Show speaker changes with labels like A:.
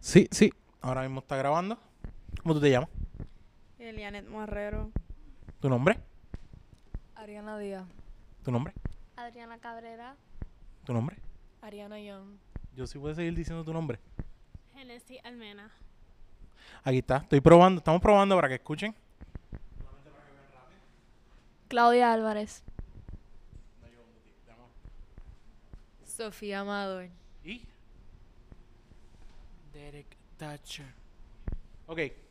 A: Sí, sí. Ahora mismo está grabando. ¿Cómo tú te llamas?
B: Elianet Marrero.
A: ¿Tu nombre?
C: Ariana Díaz.
A: ¿Tu nombre?
D: Adriana Cabrera,
A: ¿Tu nombre?
C: Ariana Young.
A: Yo sí voy a seguir diciendo tu nombre.
E: Genesis Almena.
A: Aquí está. Estoy probando. Estamos probando para que escuchen.
D: Claudia Álvarez,
C: Sofía Amador.
A: Y
F: Derek Thatcher.
A: Ok,